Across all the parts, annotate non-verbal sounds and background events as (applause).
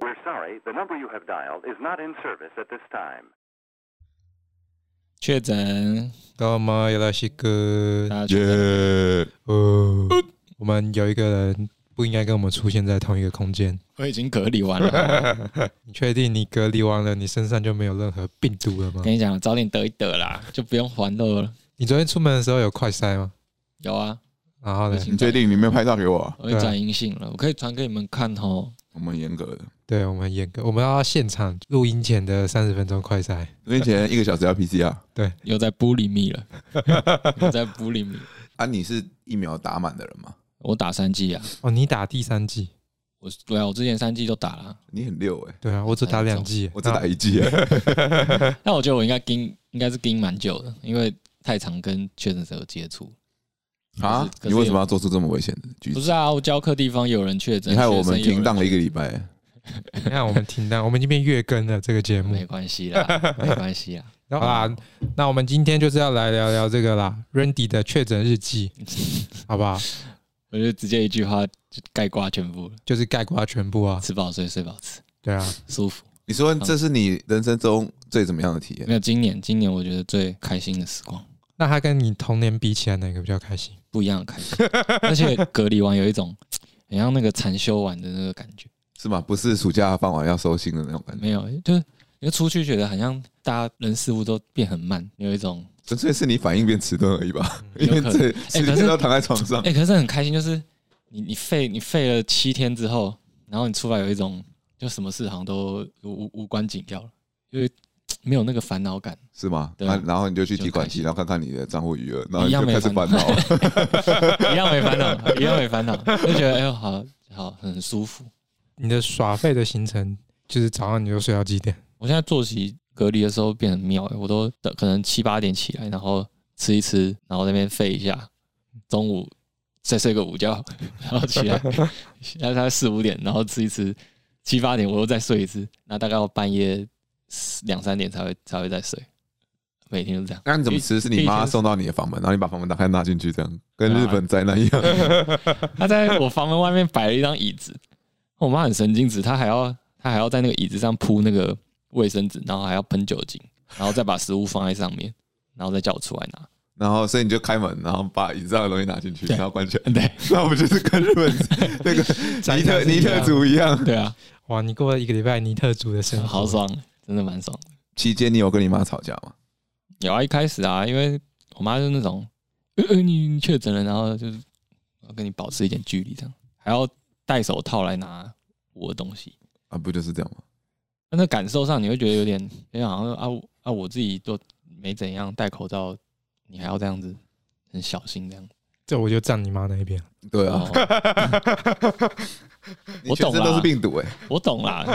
We're sorry, the number you have dialed is not in service at this time. 确诊，干嘛要来西哥？大家确诊耶！呃，我们有一个人不应该跟我们出现在同一个空间。我已经隔离完了。 (laughs) 你确定你隔离完了，你身上就没有任何病毒了吗？跟你讲，早点得一得啦，就不用还乐了。你昨天出门的时候有快筛吗？有啊，然后我已呢？经你确定你没有拍照给我啊？我已经转阴性了，我可以传给你们看哦。 (laughs) 我们严格的，对我们严格，我们要现场录音前的三十分钟快筛。因为前一个小时要 PCR 又在玻璃密了，又在玻璃密。 (laughs) 啊。你是疫苗打满的人吗？我打三剂啊，哦，你打第三剂？我对啊，我之前三剂都打了，你很溜哎、对啊，我只打两剂，我只啊打一 (laughs) 剂、欸，但我觉得我应该盯，应该是盯蛮久的，因为太常跟确诊者有接触。啊可是可！是你为什么要做出这么危险的举不止？是啊，我教课地方有人确诊，嗯你害学我们生有人停档了一个礼拜、欸，那。你看我们停到，我们已经变月更了这个节目没。关系啦，没关系啦。好啦，那我们今天就是要来聊聊这个啦，Randy 的确诊日 (laughs) 记，好不好？我就直接一句话就概括全部了，就是概括全部啊。吃饱睡，睡饱吃，对啊，舒服。你说嗯这是你人生中最怎么样的体验？没有今年，今年我觉得最开心的时光，那他跟你童年比起来，哪个比较开心？不一样的开 (laughs) 心，而且隔离完有一种很像那个禅修完的那个感觉，是吗？不是暑假放完要收心的那种感觉，没有，就是你就出去觉得好像大家人事物都变很慢，有一种纯粹是你反应变迟钝而已吧？因为嗯有可能哎这十可天是都躺在床上，哎、可是很开心，就是你你废你废了七天之后，然后你出来有一种就什么事好像都无无无关紧要了，因为没有那个烦恼 (laughs) 感，是吗？对啊啊然后你就去提款机，就然后看看你的账户余额，然后一你样就没开始烦烦恼。一样没烦恼，一样没烦恼，就觉得哎呦好好很舒服。你的耍废的行程就是早上你就睡到几点？ (laughs) 我现在作息隔离的时候变得很妙、欸，我都可能七八点起来，然后吃一吃，然后在那边废一下，中午再睡个午觉，然后起来， (laughs) 现在大概四五点，然后吃一吃，七八点我又再睡一次，那大概要半夜两三点才会才会再睡，每天都这样。那你怎么吃？是你以前妈是啊送到你的房门，然后你把房门打开拿进去，这样跟日本灾难一 (laughs) 样。他在我房门外面摆了一张椅子，我妈很神经质，她还要她还要在那个椅子上铺那个卫生纸，然后还要喷酒精，然后再把食物放在上面，然后再叫我出来拿。然后，所以你就开门，然后把椅子上的东西拿进去，对然后关起来。对那我们就是跟 (laughs) 日本那个尼特尼特族一样。对啊，哇，你过了一个礼拜尼特族的啊生活，好爽，真的蛮爽的。期间，你有跟你妈吵架吗？有啊，一开始啊，因为我妈就是那种，呃呃，你你确诊了，然后就是要跟你保持一点距离，这样还要戴手套来拿我的东西。啊，不就是这样吗？但那感受上你会觉得有点，有点好像啊我啊，我自己都没怎样，戴口罩，你还要这样子，很小心这样。这我就站你妈那一边。对啊，哦，你我全懂身都啦是病毒哎、我懂啦，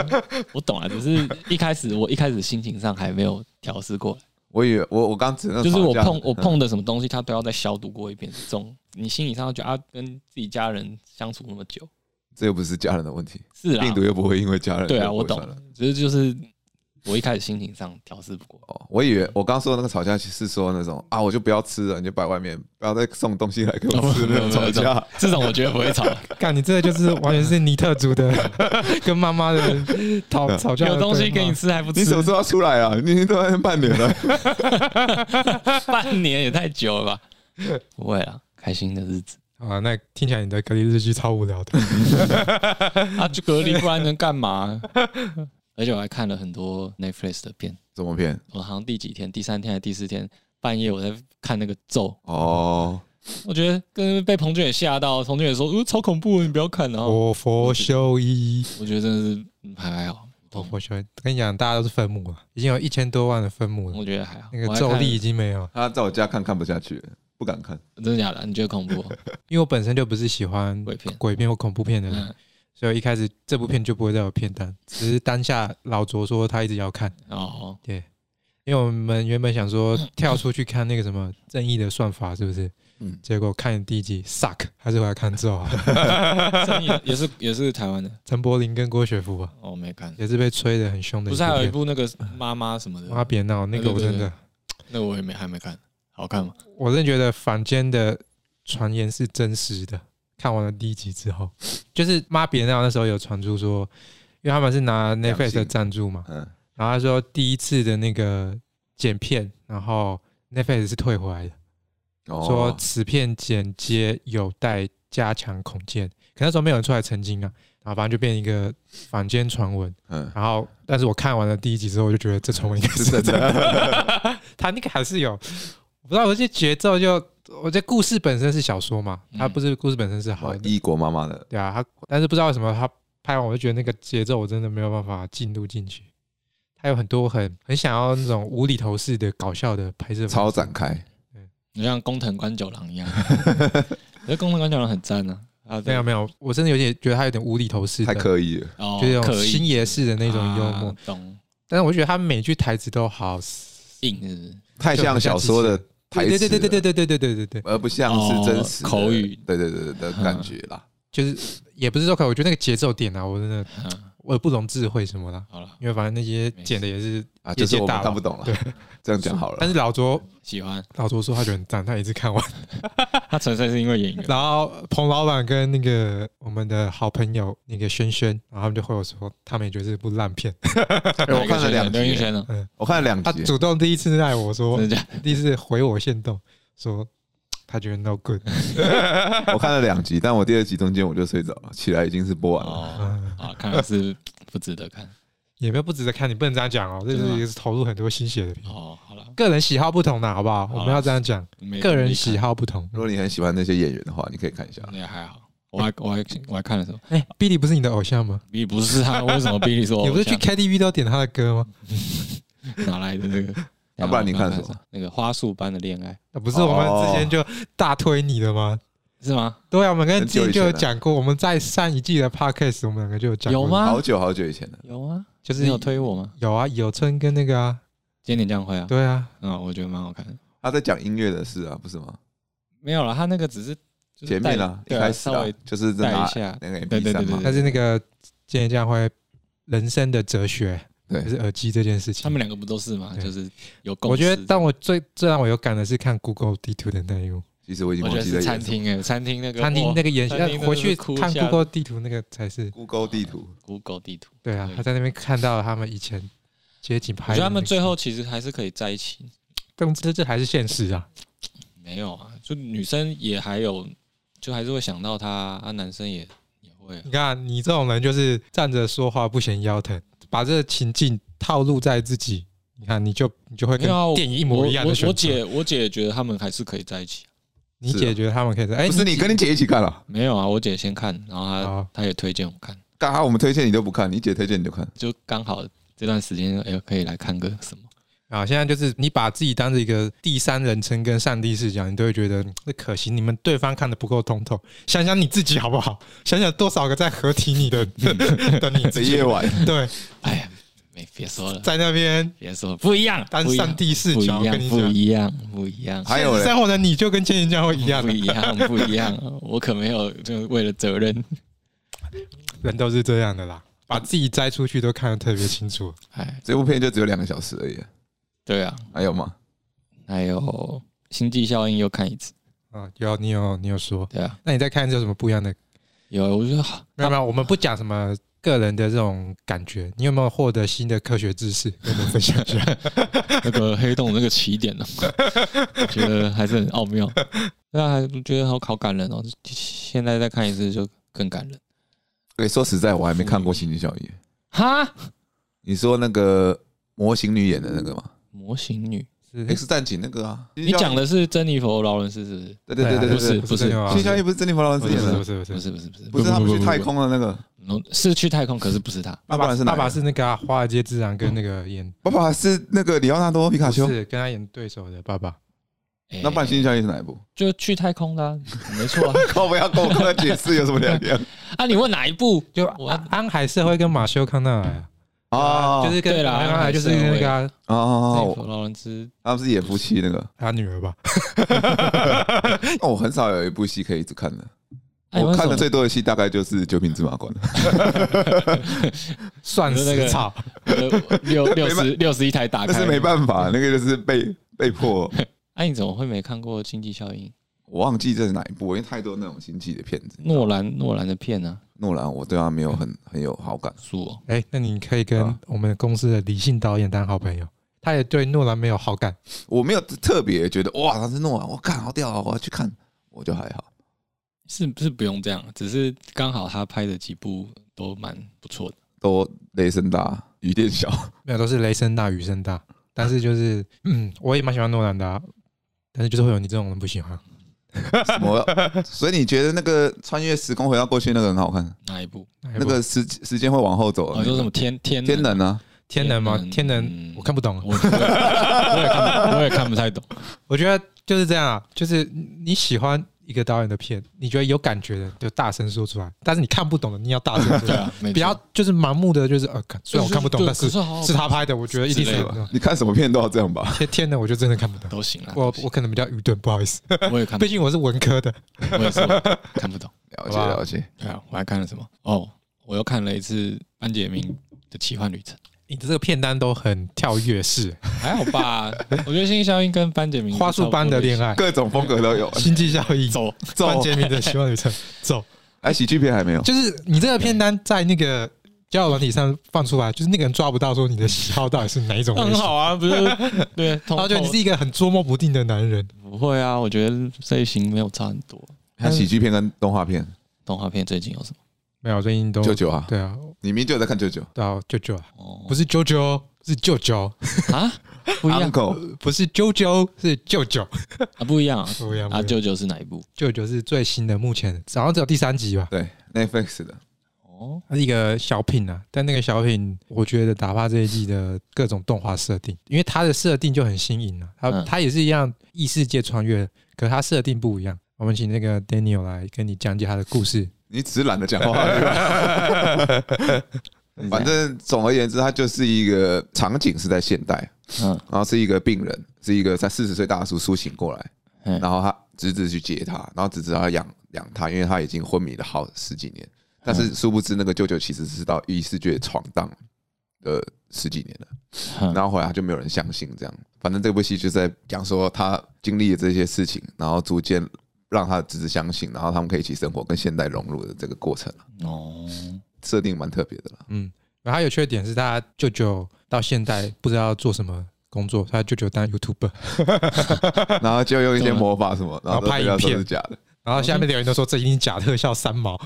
我懂啦，只是一开始我一开始心情上还没有调试过来。我以为我我刚只能就是我吵架嗯碰我碰的什么东西，它都要再消毒过一遍。这种你心理上觉得啊，跟自己家人相处那么久， (laughs) 这又不是家人的问题，是啊病，毒又不会因为家人对啊，就不我会懂传染。，只是就是我一开始心情上调试不过， (laughs) 哦，我以为我刚说的那个吵架是说那种啊，我就不要吃了，你就摆外面，不要再送东西来给 (laughs) 我吃的那种吵架。这种我觉得不会 (laughs) 吵，干，你这个就是完全是尼特族的， (laughs) 跟妈妈的吵吵架的有对东西给你骂吃还不你吃什，么时候要出来啊？你已经都在那半年了。半年也太久 (laughs) 了吧？不会啦，开心的日子好啊，那听起来你的隔离日记超无 (laughs) 聊的。啊，就隔离不然能干嘛？ (laughs) 而且我还看了很多 Netflix 的片，怎么骗？我好像第几天，第三天还是第四天半夜我在看那个咒，哦，我觉得跟被彭俊也吓到，彭俊也说：“呃，超恐怖的，你不要看。”然后我佛修一，我觉得真的是嗯还还好，我佛修一，跟你讲，大家都是分母啊，已经有一千多万的分母了，我觉得还好。嗯那个我还咒看力已经没有了。他在我家看看不下去了，不敢看。真的假的？你觉得 (laughs) 恐怖哦？因为我本身就不是喜欢鬼片鬼片或恐怖片的人，嗯，所以一开始这部片就不会再有片单，只是当下老卓说他一直要看，哦，因为我们原本想说跳出去看那个什么正义的算法是不是？嗯，结果看第一集 suck，还是回来看咒啊。 (laughs) 这也也是也是台湾的，哦陈柏霖跟郭雪芙啊，我没看。也是被吹得很凶的。不是还有一？部那个妈妈什么妈的，别闹，那个我真对对的， (laughs) 那我也没还没看，好看吗？我真的觉得坊间的传言是真实的。看完了第一集之后，就是妈别闹那时候有传出说，因因为他们是拿 Netflix 的性赞助嘛，嗯，然后他说第一次的那个剪片，然后 Netflix 是退回来的，哦说此片剪接有待加强恐见，可那时候没有人出来澄清啊，然后反正就变一个坊间传闻。嗯，然后，但是我看完了第一集之后，我就觉得这传闻应该是是真 (laughs) 的。他那个还是有，我不知道，我这节奏就，我这故事本身是小说嘛，它嗯不是故事本身是好好，的，异国妈妈的，对啊，他但是不知道为什么他拍完我就觉得那个节奏我真的没有办法进入进去。他有很多很很想要那种无厘头式的搞笑的拍摄方式，超展开，你像工藤官九郎一样， (laughs) 我觉得工藤官九郎很赞啊。啊，没有没有，我真的有点觉得他有点无厘头式的，太刻意了，哦，就是那种可以星爷式的那种幽默。啊懂但是我觉得他每句台词都好，硬是不是太像小说的台对对对词了，对对对对对对对对，而不像是真实的哦口语对对对对的感觉啦。就是也不是说可以，我觉得那个节奏点啊，我真的嗯我也不容智慧什么啦，好了，因为反正那些没事剪的也是，啊，业就界是我大佬们看不懂了对，这样讲好了。但是老卓喜欢老卓说他觉得很赞，他一直看完。他纯粹是因为演员。然后彭老板跟那个我们的好朋友那个轩轩，然后他们就和我说，他们也觉得是部烂片。哎我看了两刘云集，轩呢，我看了两他集，主动第一次赖我说真，的假的？第一次回我线动说他觉得 no good。我看了两集，但我第二集中间我就睡着了，起来已经是播完了。哦，嗯，啊，看来是不值得看。 (laughs) 也没有不值得看，你不能这样讲哦，这真的是吗也是投入很多心血的片。哦，好了，个人喜好不同啦，好不好？好啦我们要这样讲，没个人喜，好不同。如果你很喜欢那些演员的话，你可以看一下没看那也还好。我还我还我还看了什么？哎，Billy 不是你的偶像吗？比利不是 (laughs) 他，为什么比利说？你不是去 KTV 都点他的歌吗？哪来的这个？啊不然你看什么？那个花束般的恋爱啊不是我们之前就大推你的吗？是吗？对啊，我们跟很之久前以前就有了讲过，我们在上一季的 podcast 我们两个就有讲过有吗好久好久以前的。有啊，就就是是你有推我吗？有啊，有春跟那个啊，经典这样会啊，对啊，嗯，我觉得蛮好看的。他在讲音乐的事啊，不是吗？没有了，他那个只是就是前面啊，一带对开始稍啊微，就是在带一拿下那个对 MP 对对三对嘛。但是那个今天这样会人生的哲学，对就是耳机这件事情。他们两个不都是吗？对就是有共识。我觉得，但我最最让我有感的是看 Google 地图的内容，其实我已经我忘觉得记在是餐演什么。厅哎，餐厅那个餐厅那个演餐厅要回去真的是哭一看下 Google 地图那个才是 Google 地图， Google 地图，对啊对。他在那边看到他们以前街景我拍觉的得那个，他们最后其实还是可以在一起。但这这还是现实啊。没有啊，就女生也还有，就还是会想到他啊，男生也也会啊你看啊、你这种人就是站着说话不嫌腰疼，把这个情境套路在自己，你看你就你就会跟没有啊电影一我模一样我的选我择。姐我姐也觉得他们还是可以在一起。你是啊解决他们可以说，哎、不是你跟你姐一起看了？没有啊，我姐先看，然后她好她也推荐我看，刚好我们推荐你都不看，你姐推荐你就看。就刚好这段时间哎、可以来看个什么。啊，现在就是你把自己当成一个第三人称跟上帝视角，你都会觉得嗯那可惜你们对方看的不够通透。想想你自己好不好？想想多少个在合体你的 (laughs) 的你这自己夜，晚，对，哎呀，没别说了，在那边别说了，不一样，当不一样上帝视不一角，跟样，你不讲，一样，不一样，还有嘞，生活的你就跟千人教会一样不的，一样，不一样，我可没有就为了责任，人都是这样的啦，把自己摘出去都看得特别清楚。哎，这部片就只有两个小时而已，对啊，还有吗？还有《星际效应》又看一次，啊，有你有你有说，对啊，那你再看有什么不一样的？有，我觉得好没有没有，我们不讲什么个人的这种感觉，你有没有获得新的科学知识？跟我 (laughs) 们分享一下。那个黑洞那个起点呢， (laughs) 我觉得还是很奥妙，对啊，还觉得好好感人哦，现在再看一次就更感人，对，说实在，我还没看过《星际效应》。哈，你说那个模型女演的那个吗模型女，是？X 战警那个啊？你你讲的是珍妮佛·劳伦斯是不是？对啊对对对对不是对，不是那个《吗星际效应》不是珍妮佛劳伦斯不演是的不，是不不是，是不是不是不是他们去太空的那个，嗯是去太空，可是不是他，爸那不爸然是哪爸个爸是那个啊、华尔街之狼跟那个演爸爸是那个里奥纳多皮卡不丘。是跟他演对手的爸爸，哎 (laughs) 那不然《星际效应》是哪一部？就去太空的啊，没错啊。 (laughs) 靠，不要跟我刚才解释有什么两样啊，你问哪一部？啊就我安安海社会跟马修康纳莱啊？就是 (laughs) 跟对啦安海就是那个啊哦，哦，劳伦斯他们是演夫妻那个。他女儿吧？ (laughs) 哦，我很少有一部戏可以一直看的。哎我为看的什么最多的戏大概就是《九品芝麻官》了。算你说那个死草，呃 (laughs) 六 (laughs) 六十六十一台打开，啊但是没办法，那个就是被被迫。哎，你怎么会没看过《经济效应》？我忘记这是哪一部，因为太多那种星际的片子。诺兰诺兰的片呢、诺兰，我对他没有很很有好感啊，。输哦，哎、那你可以跟啊我们公司的李信导演当好朋友，他也对诺兰没有好感。我没有特别觉得哇，他是诺兰，我看好屌啊，我要去看，我就还好。是是不用这样，只是刚好他拍的几部都蛮不错的。都雷声大雨点小，没有，都是雷声大雨声大。但是就是，嗯，我也蛮喜欢诺兰的、啊，但是就是会有你这种人不喜欢。什么？所以你觉得那个穿越时空回到过去那个 (laughs) 很好看？哪一部？那那个时时间会往后走哦，的那说个什么天嗯天天能啊？天能吗？天天能能嗯，我看不懂啊。我我也我也看不我也看不太懂。我觉得就是这样啊，就是你喜欢一个导演的片，你觉得有感觉的就大声说出来，但是你看不懂的你要大声说出对来，啊，没错不要就是盲目的就是呃，看虽然我看不懂，对但是可是好好是他拍的，我觉得一定是之类有的那种。你看什么片都要这样吧？天天能我就真的看不懂，都行了。我都行我可能比较愚钝，不好意思，我也看不毕，竟我是文科的。我也是看不懂。了好解吧了解，对啊，我还看了什么？哦，我又看了一次班杰明的奇幻旅程，你的这个片单都很跳跃式，还好吧？我觉得《心效应》跟班杰明花束般的恋爱，爱，各种风格都 (laughs) 有。星际效应，走范走，杰明的《希望旅程》走，哎，喜剧片还没有。就是你这个片单在那个交友软体上放出来，就是那个人抓不到说你的喜好到底是哪一种那类很型，好啊，不是？ (laughs) 对，然同后就你是一个很捉摸不定的男人。不会啊？我觉得类型没有差很多。嗯他喜剧片跟动画片，动画片最近有什么？没有，最近都舅舅啊，对啊，你明明就有在看舅舅对啊，舅舅啊，哦，不是舅舅，是舅舅，啊，不一样，uncle 不是舅舅，是舅 (laughs) 舅，啊，不一样啊！不一样啊，啊，舅舅舅是哪一部？舅舅是最新的，目前好像只有第三集吧。对 Netflix 的，哦，它是一个小品啊，但那个小品我觉得打发这一季的各种动画设定，因为它的设定就很新颖啊。它嗯它也是一样异世界穿越，可它设定不一样。我们请那个 Daniel 来跟你讲解他的故事。你只是懒得讲话 (laughs) (laughs) 而已吧。反正总而言之，它就是一个场景是在现代，嗯，然后是一个病人，是一个才四十岁大叔苏醒过来，嗯然后他侄子去接他，然后侄子要养养他，因为他已经昏迷了好十几年。但是嗯殊不知，那个舅舅其实是到异世界闯荡了十几年了，嗯然后后来他就没有人相信这样。反正这部戏就在讲说他经历了这些事情，然后逐渐让他的侄子相信，然后他们可以一起生活，跟现代融入的这个过程啊哦，设定蛮特别的啦。嗯，然后它有缺点是他舅舅到现在不知道做什么工作，他舅舅当 YouTuber，然后就用一些魔法什么，然然后后拍都被他说影片是假的，然后下面留言都说这一定是假特效三哦毛，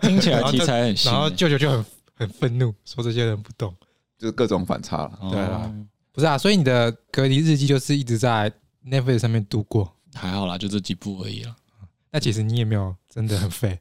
听起来题材很新然后欸。舅舅就很很愤怒，说这些人不懂。就是各种反差了。哦对啊不是啊，所以你的隔离日记就是一直在 Netflix 上面度过。还好啦，就这几部而已啦。那其实你也没有真的很废，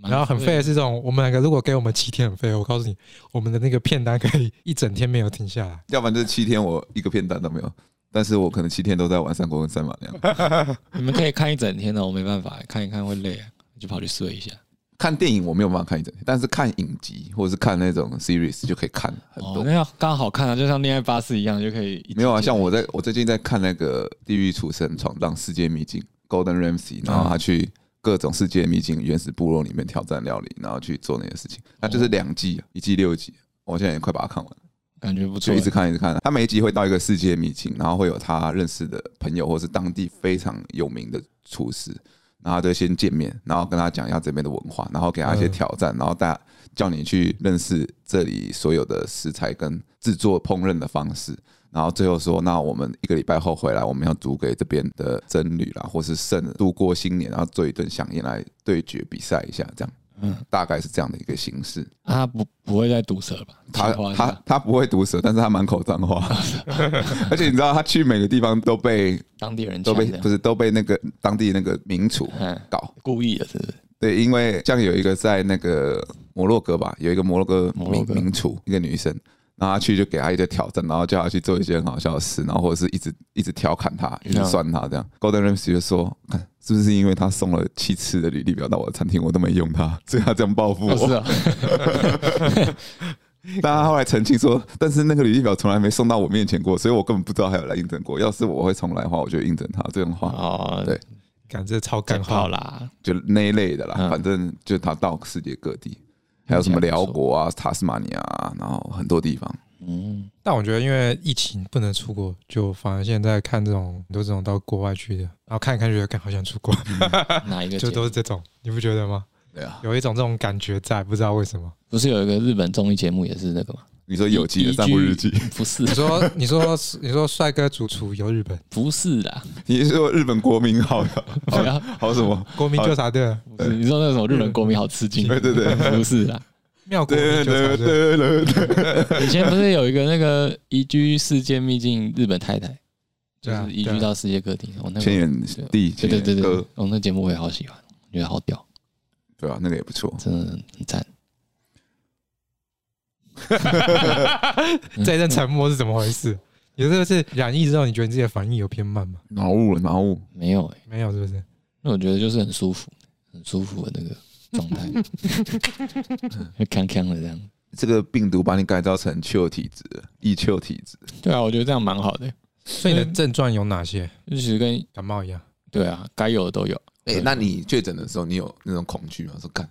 蛮然后很废的的是这种，我们两个如果给我们七天很废，我告诉你，我们的那个片单可以一整天没有停下来。要不然这七天我一个片段都没有，但是我可能七天都在玩三国跟三马娘。 (laughs) 你们可以看一整天的，我没办法，看一看会累啊，就跑去睡一下。看电影我没有办法看一整天，但是看影集或者是看那种 series 就可以看很哦多，。那要刚好看啊，就像《恋爱巴士》一样，就可以一集没有啊，像我在我最近在看那个《地狱厨神闯荡世界秘境》Golden Ramsy，然后他去各种世界秘境原始部落里面挑战料理，然后去做那些事情。那就是两季，啊一季六集，我现在也快把它看完了。感觉不错啊就一。直看一直看。他每一集会到一个世界秘境，然后会有他认识的朋友或是当地非常有名的厨师，然后他就先见面，然后跟他讲一下这边的文化，然后给他一些嗯挑战，然后大家叫你去认识这里所有的食材跟制作烹饪的方式。然后最后说，那我们一个礼拜后回来，我们要煮给这边的僧侣啦，或是圣人度过新年，然后做一顿响宴来对决比赛一下，这样，嗯嗯，大概是这样的一个形式。啊他不不会再毒舌吧？他计划一下他他不会毒舌，但是他满口脏 (laughs) 话， (laughs) 而且你知道他去每个地方都被当地人都被抢的不是都被那个当地那个民厨嗯搞故意的，是不是？对，因为像有一个在那个摩洛哥吧，有一个摩洛哥摩洛民哥民厨一个女生，然后他去就给她一堆挑战，然后叫她去做一些很好笑的事，然后或者是一直一直调侃她，嗯一直酸她这样。Golden Ramsy 就说，看是不是因为她送了七次的履历表到我的餐厅，我都没用她，所以她这样报复我。哦，是啊， (laughs) 但他后来澄清说，但是那个履历表从来没送到我面前过，所以我根本不知道还有来应征过。要是我会重来的话，我就应征他这种话， (laughs) 哦，对，感这超太干好话，啦，就那一类的啦。嗯反正就他到世界各地，还有什么辽国啊、塔斯马尼亚、啊，然后很多地方，嗯，但我觉得，因为疫情不能出国，就反而现在看这种很多这种到国外去的，然后看一看觉得，干好想出 (laughs) 国，哪一个 (laughs) 就节都是这种，你不觉得吗？对啊，有一种这种感觉在，不知道为什么。不是有一个日本综艺节目也是那个吗？你说有机的散步日记，不是你，说，你说，你说，帅哥主厨游日本，不是啦， (laughs) 你是说日本国民 (laughs) 好不要，好 (laughs) 什么？国民纠察队，不是你说那种日本国民好吃惊，对对对， (laughs) 不是 (laughs) 啦。妙国民对纠察对队，对对对，以前不是有一个那个移居世界秘境日本太太，就对啊是移对居啊到世界各地，我那个千眼对地，千对眼对对，歌对，哦，那节目我也好喜欢，我觉得好屌，对啊吧？那个也不 (laughs) 错。 (laughs) 真的很赞。 (laughs) 这一阵沉默是怎么回事？你这个是染疫之后，你觉得你自己的反应有变慢吗？脑雾了，脑雾。没有欸没有，是不是？那我觉得就是很舒服，很舒服的那个状 (laughs) 态，就康康的这样。这个病毒把你改造成丘体质了，易丘体质。对啊，我觉得这样蛮好的，所以嗯你的症状有哪些？就其实跟感冒一样，对啊，该有的都有。哎、对那你确诊的时候，你有那种恐惧吗？说干，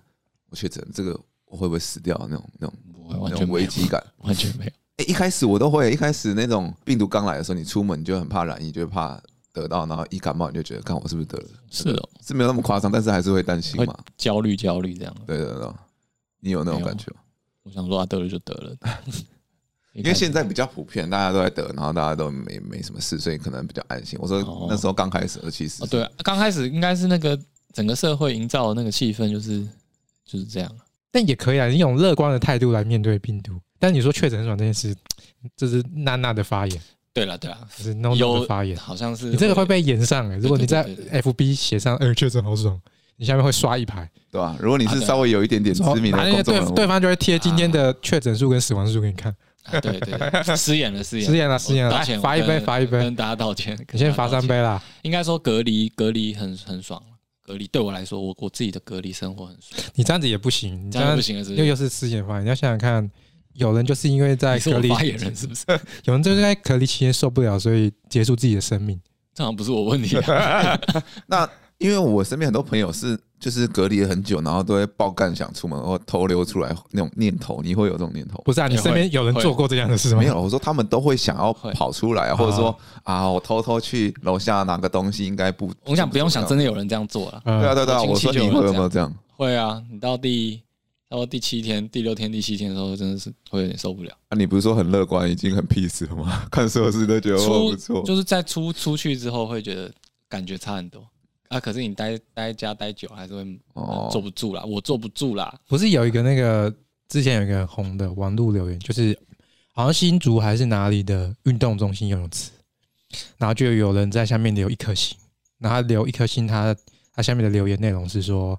我确诊这个，我会不会死掉？那种那种不会完那全种没危有，机感。完全没有。哎、一开始我都会，一开始那种病毒刚来的时候，你出门就很怕染疫，就会怕得到，然后一感冒你就觉得，看我是不是得了？是哦，是没有那么夸张，但是还是会担心会嘛。焦虑焦虑这样。对对对，你有那种感觉吗？我想说啊，得了就得了，因 (laughs) 因为现在比较普遍，大家都在得，然后大家都没没什么事，所以可能比较安心。我说哦那时候刚开始，其实哦，对、啊，刚开始应该是那个整个社会营造的那个气氛就是就是这样，但也可以啊，你用乐观的态度来面对病毒。但你说确诊很爽这件事，这是娜娜的发言，对了对了，这是 No No 有的发言。好像是你这个会被延上哎、如果你在对对 FB 写上“嗯确诊好爽”，你下面会刷一 (laughs) 排，对吧、如果你啊是稍微有一点点知名然后的公众对人物，对方就会贴今天的确诊数跟死亡数给你看。啊对对对，失言了失言失言了我失言了道歉罚一我跟杯罚一杯跟大家道歉，跟你先大家罚道三歉杯啦！应该说隔离隔离很很爽了，隔离对我来说，我我自己的隔离生活很爽，你这样子也不行，你这这样就样不行了是不又是？又是失言法，你要想想看，有人就是因为在你是隔我离，发言人是不是？有人就是在隔离期间受不了，所以结束自己的生命。这好像不是我问 (laughs) 题啊，那因为我身边很多朋友是就是隔离了很久，然后都会爆干想出门或偷溜出来那种念头，你会有这种念头？不是啊，你会身边有人做过这样的事吗？没有，我说他们都会想要会跑出来啊，或者说啊，我偷偷去楼下拿个东西，应该不，我想不用想，真的。的有人这样做了，嗯，对啊，对啊对啊，我我亲说戚就你有会这有样没有这样？会啊，你到第到第七天、第六天、第七天的时候，真的是会有点受不了。啊，你不是说很乐观，已经很 peace 了吗？ (laughs) 看所有事都觉得哦出不错，就是在出出去之后会觉得感觉差很多啊。可是你待待家待久还是会、哦坐不住啦，我坐不住啦。不是有一个那个之前有一个很红的网络留言，就是好像新竹还是哪里的运动中心游泳池，然后就有人在下面留一颗星，然后他留一颗星他，他下面的留言内容是说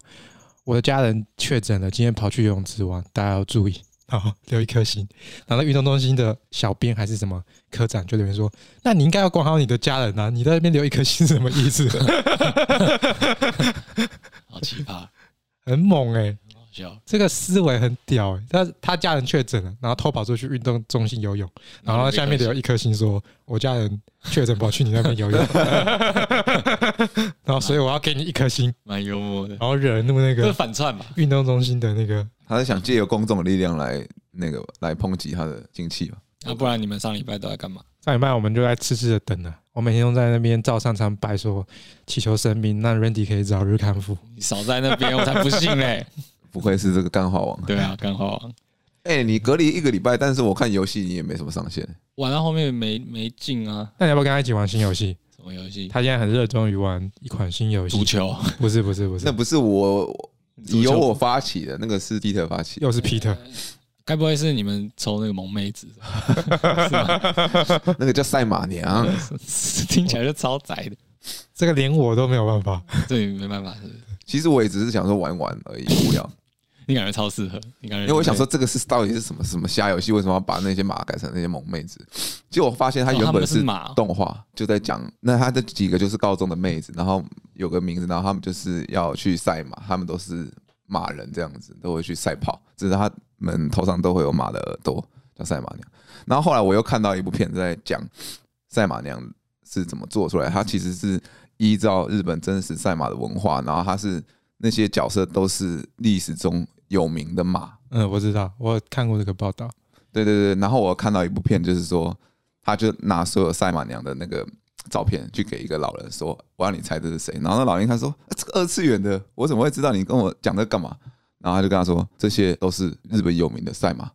我的家人确诊了，今天跑去游泳池玩，大家要注意。然后留一颗星，然后那运动中心的小编还是什么科长就留言说：“那你应该要管好你的家人啊，你在那边留一颗星是什么意思？好奇葩，好很猛哎、笑。这个思维很屌、欸，他他家人确诊了，然后偷跑出去运动中心游泳，然后下面留一颗星说：“我家人确诊跑去你那边 (laughs) 游泳。”然后所以我要给你一颗星，蛮幽默的，然后惹怒那这 (laughs) 是个反串吧？运动中心的那个。他是想借由公众的力量来那个来抨击他的经济吧？那、啊不然你们上礼拜都在干嘛？上礼拜我们就在痴痴的等了，我每天都在那边照上苍拜说祈求神明让 Randy 可以早日康复。你少在那边，我才不信嘞。不愧是这个干话王。对啊，干花王哎、你隔离一个礼拜，但是我看游戏你也没什么上线。玩到后面没没劲啊，那你要不要跟他一起玩新游戏？什么游戏？他现在很热衷于玩一款新游足戏，球，不是不是不那是，不是我足球由我发起的，那个是 Peter (laughs) 发起的。又是 Peter，该不会是你们抽那个萌妹子？ (laughs) 是吧？那个叫赛马娘，听起来就超宅的，这个连我都没有办法。这你没办法，是不是？其实我也只是想说玩玩而已，无聊。你感觉超适合，你感觉因为我想说，这个是到底是什么什么瞎游戏？为什么要把那些马改成那些萌妹子？结果我发现它哦原他们本是马哦动画，就在讲那它这几个就是高中的妹子，然后有个名字，然后他们就是要去赛马，他们都是马人这样子，都会去赛跑，只是他们头上都会有马的耳朵，叫赛马娘。然后后来我又看到一部片在讲赛马娘是怎么做出来，它其实是依照日本真实赛马的文化，然后它是那些角色都是历史中有名的马。嗯，我知道，我看过这个报道。对对对，然后我看到一部片，就是说，他就拿所有赛马娘的那个照片去给一个老人说：“我要你猜这是谁。”然后那老人他说、啊：“这个二次元的，我怎么会知道你跟我讲这干嘛？”然后他就跟他说：“这些都是日本有名的赛马，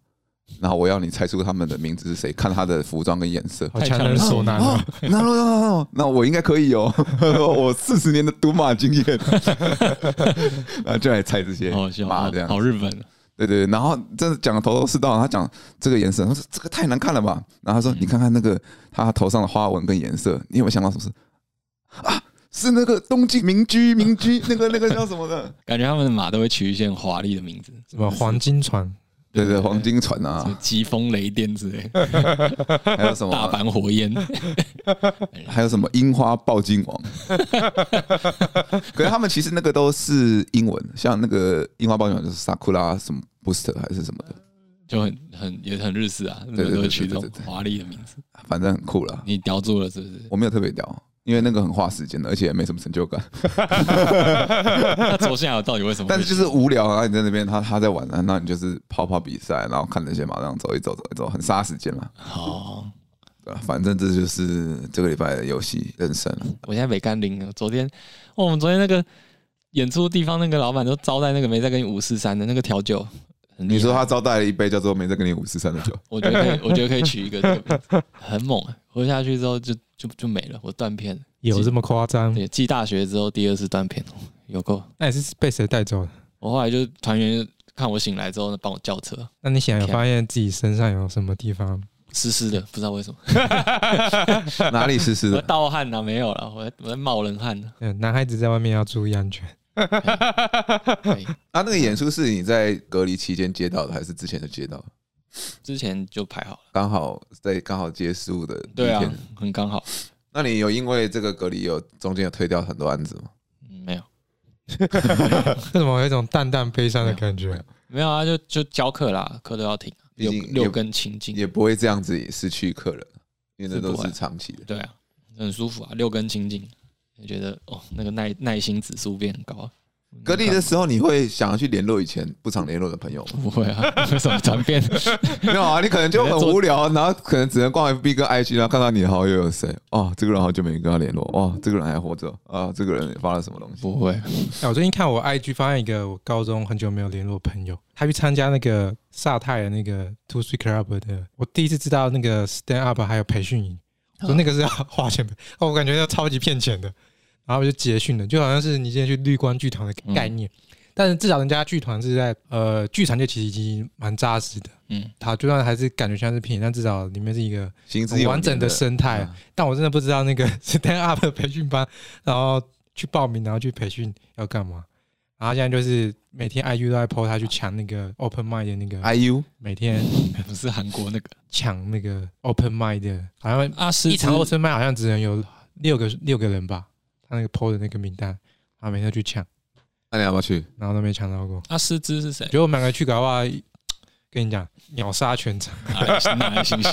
然后我要你猜出他们的名字是谁，看他的服装跟颜色。”好强人所难哦啊！，那那那那我应该可以哦， (laughs) 我四十年的赌马经验， (laughs) 然后就来猜这些好好笑，马好这样哦好日本啊，对对，对然后真的讲的头头是道，他讲这个颜色，他说这个太难看了吧，然后他说你看看那个他头上的花纹跟颜色，你有没有想到什么事啊？是那个东京民居民居那个那个叫什么的？感觉他们的马都会取一些很华丽的名字， (laughs) 什么黄金船？对对，黄金船什 (laughs) 么啊，疾风雷电之 (laughs) 类，还有什大么？阪火焰， (laughs) 还有什么樱花暴金王？可是他们其实那个都是英文，像那个樱花暴金王就是 sakura 什么 booster 还是什么的，就很很也很日式啊，日本对对都对会取这种对对对华丽的名字。反正很酷啦。你叼住了是不是？ (laughs) 我没有特别屌，因为那个很花时间的，而且也没什么成就感。那左下角到底为什么会？但是就是无聊啊，你在那边他他在玩啊，那你就是跑跑比啊赛，然后看那些马上走一走走一走，很杀时间嘛，哦好，对吧？反正这就是这个礼拜的游戏人生了。我现在没干零了。昨天，哦，我们昨天那个演出地方那个老板都招待那个没在跟你五四三的那个调酒，很厉害你说他招待了一杯叫做“没再给你五十三 (laughs) 的酒我觉得 (laughs) 可以，我觉得可以取一个这个名字，很猛、啊。喝下去之后就就就没了，我断片了。有这么夸张？对，继大学之后第二次断片，哦有够。那也是被谁带走啊的？我后来就团员看我醒来之后帮我叫车，那你现在有发现自己身上有什么地方？湿湿的，不知道为什么。”，哪里湿湿我的？盗汗呢、啊？没有了，我在我在冒冷汗呢、啊嗯，男孩子在外面要注意安全。可以啊，那个演出是你在隔离期间接到的，还是之前就接到的？ (laughs) 之前就排好了，刚好在刚好结束的第一对啊天。，很刚好。那你有因为这个隔离有中间有推掉很多案子吗？嗯没有，为什么有一种淡淡悲伤的感觉？没有啊，就就教课啦，课都要停啊，毕六竟也六根清净，也不会这样子失去客人，因为那是都不会是长期的。对啊，很舒服啊，六根清净，就觉得哦，那个耐耐心指数变很高啊。隔离的时候，你会想要去联络以前不常联络的朋友吗？不会啊， (laughs) 为什么转 (laughs) 变？没有啊，你可能就很无聊，然后可能只能逛 FB 跟 IG，然后看到你的好友有谁，哦，这个人好久没跟他联络，哇，这个人还活着，啊，这个人发了什么东西？不会，哎，我最近看我 IG 发现一个我高中很久没有联络的朋友，他去参加那个萨泰的那个 Two Three Club 的，我第一次知道那个 Stand Up 还有培训营，我说那个是要花钱的， (laughs) 哦，我感觉要超级骗钱的，然后我就结训了，就好像是你今天去绿光剧团的概念，但是至少人家剧团是在呃剧场就其实已经蛮扎实的，嗯，它就算还是感觉像是骗，但至少里面是一个行之很哦有完整年的生态啊嗯。但我真的不知道那个 (laughs) stand up 的培训班，然后去报名，然后去培训要干嘛。然后现在就是每天 IG 都在 PO 他去抢那个 open mic 的那个， IU 每天不是韩国那个抢那个 open mic 的，好像啊，是一场 open mic 好像只能有六个六个人吧，他那个 PO 的那个名单，然后每天去抢，那你要不要去？然后都没抢到过。啊，师资是谁我？觉得我们两个去搞的话，跟你讲秒杀全场，哪来哪来 (laughs) 星星？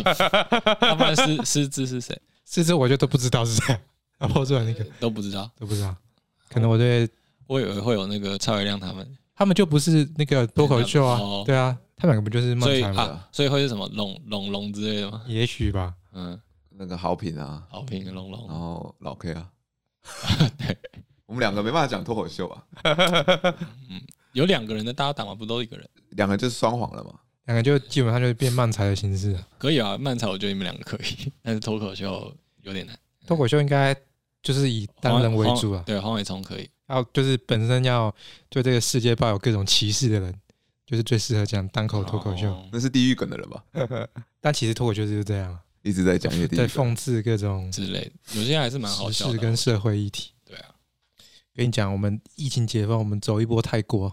要不然师师资是谁甚至我就都不知道是谁，然后 PO 出来那个都不知道。都不知道，可能我对我以为会有那个蔡伟亮他们，他们就不是那个脱口秀啊，哦对啊，他们两个不就是漫所以才吗？啊，所以会是什么龙龙龙之类的吗？也许吧，嗯，那个好品啊，好评龙龙然，后老 K (laughs) 啊，对，我们两个没办法讲脱口秀啊，有两个人的搭档嘛，不都一个人？两个就是双簧了嘛。两个就基本上就是变漫才的形式了。可以啊，漫才我觉得你们两个可以， (laughs) 但是脱口秀有点难。脱口秀应该就是以单人为主黄啊，对，黄伟聪可以，要就是本身要对这个世界抱有各种歧视的人，就是最适合讲单口脱口秀。哦那是地狱梗的人吧？ (laughs) 但其实脱口秀就是这样啊，一直在讲一些地在狱梗。讽刺各种之类的，有些还是蛮好时笑事的。跟社会议题。对啊，跟你讲，我们疫情解封，我们走一波泰国，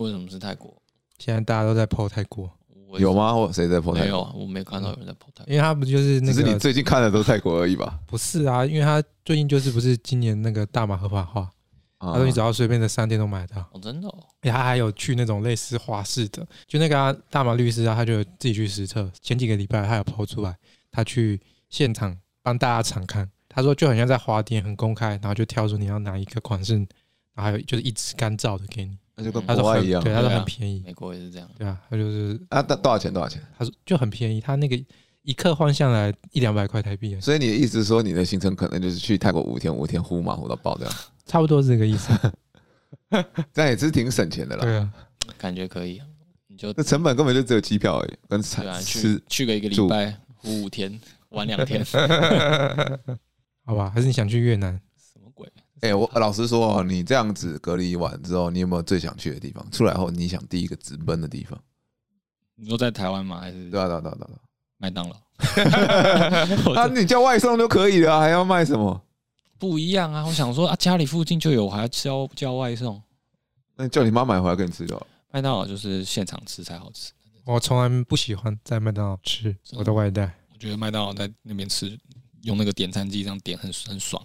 为什么是泰国？现在大家都在抛泰国，我有？吗？或谁在破泰没有国？啊，我没看到有人在跑泰国。因为他不就是那只是你个最近看的都是泰国而已吧？不是啊，因为他最近就是不是今年那个大麻合法化，啊他说你只要随便的商店都买得到。哦，真的哦，欸他还有去那种类似花市的，就那个、啊、大马律师啊，他就有自己去实测。前几个礼拜他有抛出来，他去现场帮大家场看，他说就很像在花店，很公开，然后就挑出你要哪一个款式，然后还有就是一支干燥的给你。那就跟他国说外很一样对，他说对啊很便宜，美国也是这样，对啊，他就是啊。多多少钱？多少钱？他说就很便宜，他那个一克换下来一两百块台币而已，啊所以你的意思说，你的行程可能就是去泰国五天，五天呼嘛呼到 (laughs) 爆掉，差不多是这个意 (laughs) 思。这样也是挺省钱的啦。对啊，感觉可以啊。你就那成本根本就只有机票而已，跟对啊，餐去吃。去个一个礼住拜，五五天，玩两 (laughs) 天，好吧，还是你想去越南？什么鬼？哎，我老实说哦，你这样子隔离完之后，你有没有最想去的地方？出来后，你想第一个直奔的地方？你说在台湾吗？还是对啊，对啊，对啊，对啊。麦 (laughs) 当劳？啊，你叫外送就可以了啊，还要卖什么？不一样啊！我想说啊，家里附近就有，我还要叫叫外送。那你叫你妈买回来给你吃就好了。麦当劳就是现场吃才好吃，我从来不喜欢在麦当劳吃我的外带，我觉得麦当劳在那边吃，用那个点餐机这样点很很爽，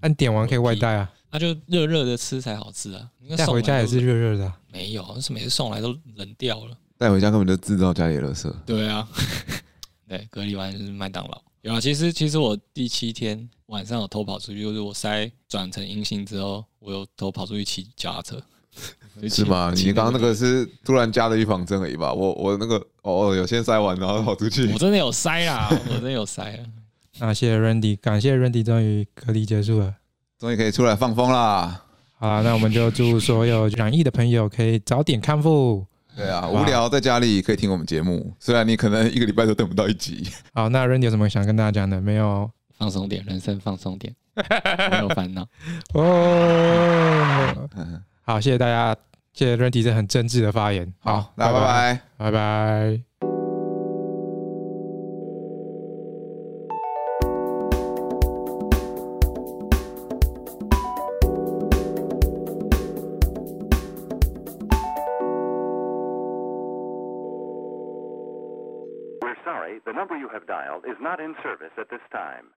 但点完可以外带啊，那、就热热的吃才好吃啊。那带回家也是送来热热的啊、都没有，那是每次送来都冷掉了。带回家根本就制造家里的垃圾。对啊， (laughs) 对，隔离完就是麦当劳。有啊，其实其实我第七天晚上有偷跑出去，就是我筛转成阴性之后，我有偷跑出去骑脚踏车。 (laughs) 是吗？骑你刚刚那个是突然加的预防针而已吧？我我那个哦，哦有先塞完然后跑出去我，真的有塞啦，我真的有塞啊。那谢谢 Randy，感谢 Randy 终于隔离结束了。终于可以出来放风啦。好啦，那我们就祝所有染疫的朋友可以早点康复。对啊，哇无聊在家里可以听我们节目，虽然你可能一个礼拜都等不到一集。好，那 Randy 有什么想跟大家讲的没有？放松点，人生放松点，没有烦恼。 (laughs) 哦，嗯好，谢谢大家，谢谢 Randy 这很真挚的发言。好， (laughs) 那拜拜拜拜。拜。 We're sorry, the number you have dialed is not in service at this time.